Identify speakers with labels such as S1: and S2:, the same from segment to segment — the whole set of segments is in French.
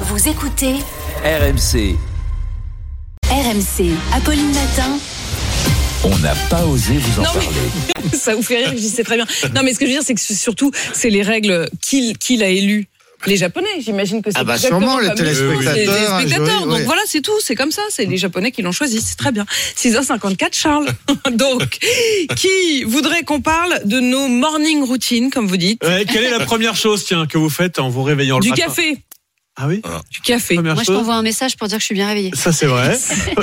S1: Vous écoutez
S2: RMC,
S1: RMC. Apolline Matin.
S2: on n'a pas osé vous en
S3: Non, mais-
S2: parler.
S3: Ça vous fait rire, je sais très bien. Non, mais ce que je veux dire, c'est que surtout, c'est les règles qu'il qu'il a élues. Les Japonais, j'imagine que c'est
S4: Ah bah
S3: exactement
S4: sûrement, les
S3: comme les
S4: téléspectateurs,
S3: les- les
S4: un
S3: spectateurs.
S4: jury,
S3: Donc
S4: ouais.
S3: voilà, c'est tout, c'est comme ça, c'est les Japonais qui l'ont choisi, c'est très bien. 6h54, Charles. Donc, qui voudrait qu'on parle de nos morning routines, comme vous dites
S5: Ouais, quelle est la première chose tiens, que vous faites en vous réveillant le
S3: Du
S5: matin
S3: café,
S5: Ah oui
S3: du café.
S5: Première
S6: Moi, je
S5: chose
S6: t'envoie un message pour dire que je suis bien réveillée.
S5: Ça, c'est vrai.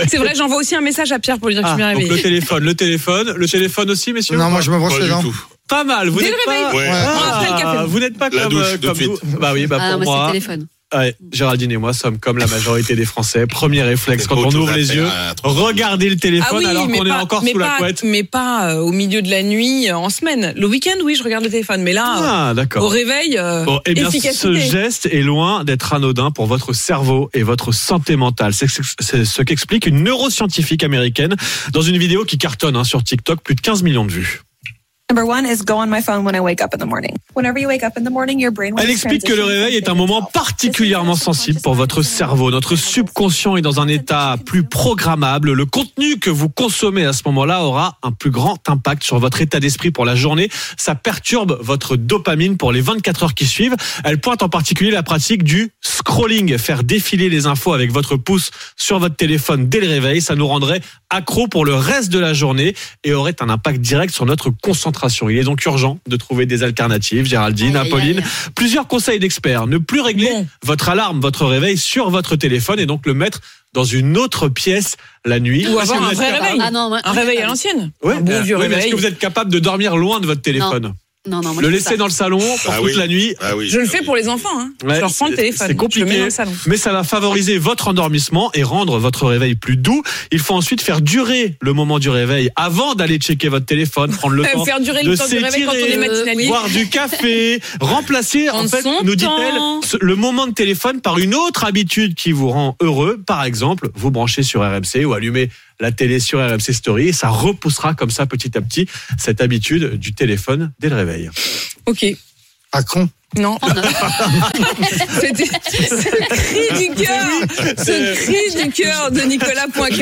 S3: C'est vrai, j'envoie aussi un message à Pierre pour lui dire que je
S5: Ah,
S3: suis bien
S5: donc
S3: réveillée.
S5: le téléphone, le téléphone, le téléphone aussi, messieurs
S4: Non, moi je me brosse
S7: Pas
S4: les
S7: du
S4: dents.
S7: tout.
S5: Pas mal, vous
S3: Dès
S5: n'êtes
S3: le
S5: pas...
S7: Ouais.
S5: Ah,
S3: Après le café.
S5: vous n'êtes pas
S7: La
S5: comme,
S7: douche,
S5: euh,
S7: de
S5: comme
S7: suite.
S5: vous. Bah oui, bah
S6: Ah,
S5: pour
S6: non, moi, c'est le
S5: moi,
S6: téléphone.
S5: ouais, Géraldine et moi sommes comme la majorité des Français. Premier réflexe
S7: C'est
S5: quand
S7: pas
S5: on
S7: autre chose
S5: ouvre
S7: à
S5: les
S7: faire,
S5: yeux,
S7: un truc.
S5: regardez le téléphone
S3: Ah oui,
S5: alors
S3: mais
S5: qu'on est
S3: pas-
S5: encore
S3: mais
S5: sous la
S3: pas-
S5: couette.
S3: Mais pas euh, au milieu de la nuit, euh, en semaine. Le week-end, oui, je regarde le téléphone. Mais là, euh,
S5: Ah,
S3: au
S5: d'accord.
S3: réveil, euh,
S5: Bon, eh bien, ce
S3: efficacité.
S5: geste est loin d'être anodin pour votre cerveau et votre santé mentale. C'est c'est ce qu'explique une neuroscientifique américaine dans une vidéo qui cartonne hein, sur TikTok, plus de 15 millions de vues.
S8: Number one is go on my phone when I wake up in the morning. Whenever you wake up in the morning, your brain.
S5: Elle explique que le réveil est un moment particulièrement sensible pour votre cerveau. Notre subconscient est dans un état plus programmable. Le contenu que vous consommez à ce moment-là aura un plus grand impact sur votre état d'esprit pour la journée. Ça perturbe votre dopamine pour les 24 heures qui suivent. Elle pointe en particulier la pratique du scrolling, faire défiler les infos avec votre pouce sur votre téléphone dès le réveil. Ça nous rendrait accro pour le reste de la journée et aurait un impact direct sur notre concentration. Il est donc urgent de trouver des alternatives. Géraldine,
S6: Aïe, aïe,
S5: Apolline,
S6: aïe.
S5: Plusieurs conseils d'experts. Ne plus régler
S3: Bon.
S5: votre alarme, votre réveil sur votre téléphone et donc le mettre dans une autre pièce la nuit.
S3: Ou
S5: Est-ce que
S3: avoir
S5: vous
S3: un
S5: êtes
S3: vrai
S5: capable-
S3: réveil.
S6: Ah non, moi,
S3: Un réveil à l'ancienne.
S5: Ouais,
S3: un bon
S5: euh,
S3: vieux
S5: oui, mais Est-ce
S3: réveil.
S5: que vous êtes capable de dormir loin de votre téléphone
S6: Non, non, moi,
S5: Le
S6: je fais
S5: laisser
S6: pas.
S5: dans le salon pour
S7: Ah
S5: toute
S7: oui.
S5: la nuit
S7: Ah oui.
S3: Je le
S7: ah
S3: fais
S7: oui.
S3: pour les enfants. Hein.
S5: Ouais,
S3: je leur prends le
S5: c'est-
S3: téléphone.
S5: c'est
S3: Je le mets
S5: compliqué.
S3: dans le salon.
S5: mais ça va favoriser votre endormissement et rendre votre réveil plus doux. Il faut ensuite faire durer le moment du réveil avant d'aller checker votre téléphone, prendre le temps
S3: Faire durer
S5: de
S3: le temps du réveil quand on est
S5: s'étirer,
S3: matinalier.
S5: boire du café, remplacer en
S3: Prendre
S5: fait,
S3: son
S5: nous
S3: temps.
S5: dit-elle, ce- le moment de téléphone par une autre habitude qui vous rend heureux. Par exemple, vous branchez sur RMC ou allumez la télé sur RMC Story et ça repoussera comme ça petit à petit cette habitude du téléphone dès le réveil.
S3: Ok.
S4: Pas con.
S3: Non.
S6: Oh, non.
S3: C'était ce cri du cœur. Ce cri du cœur de Nicolas Poincaré.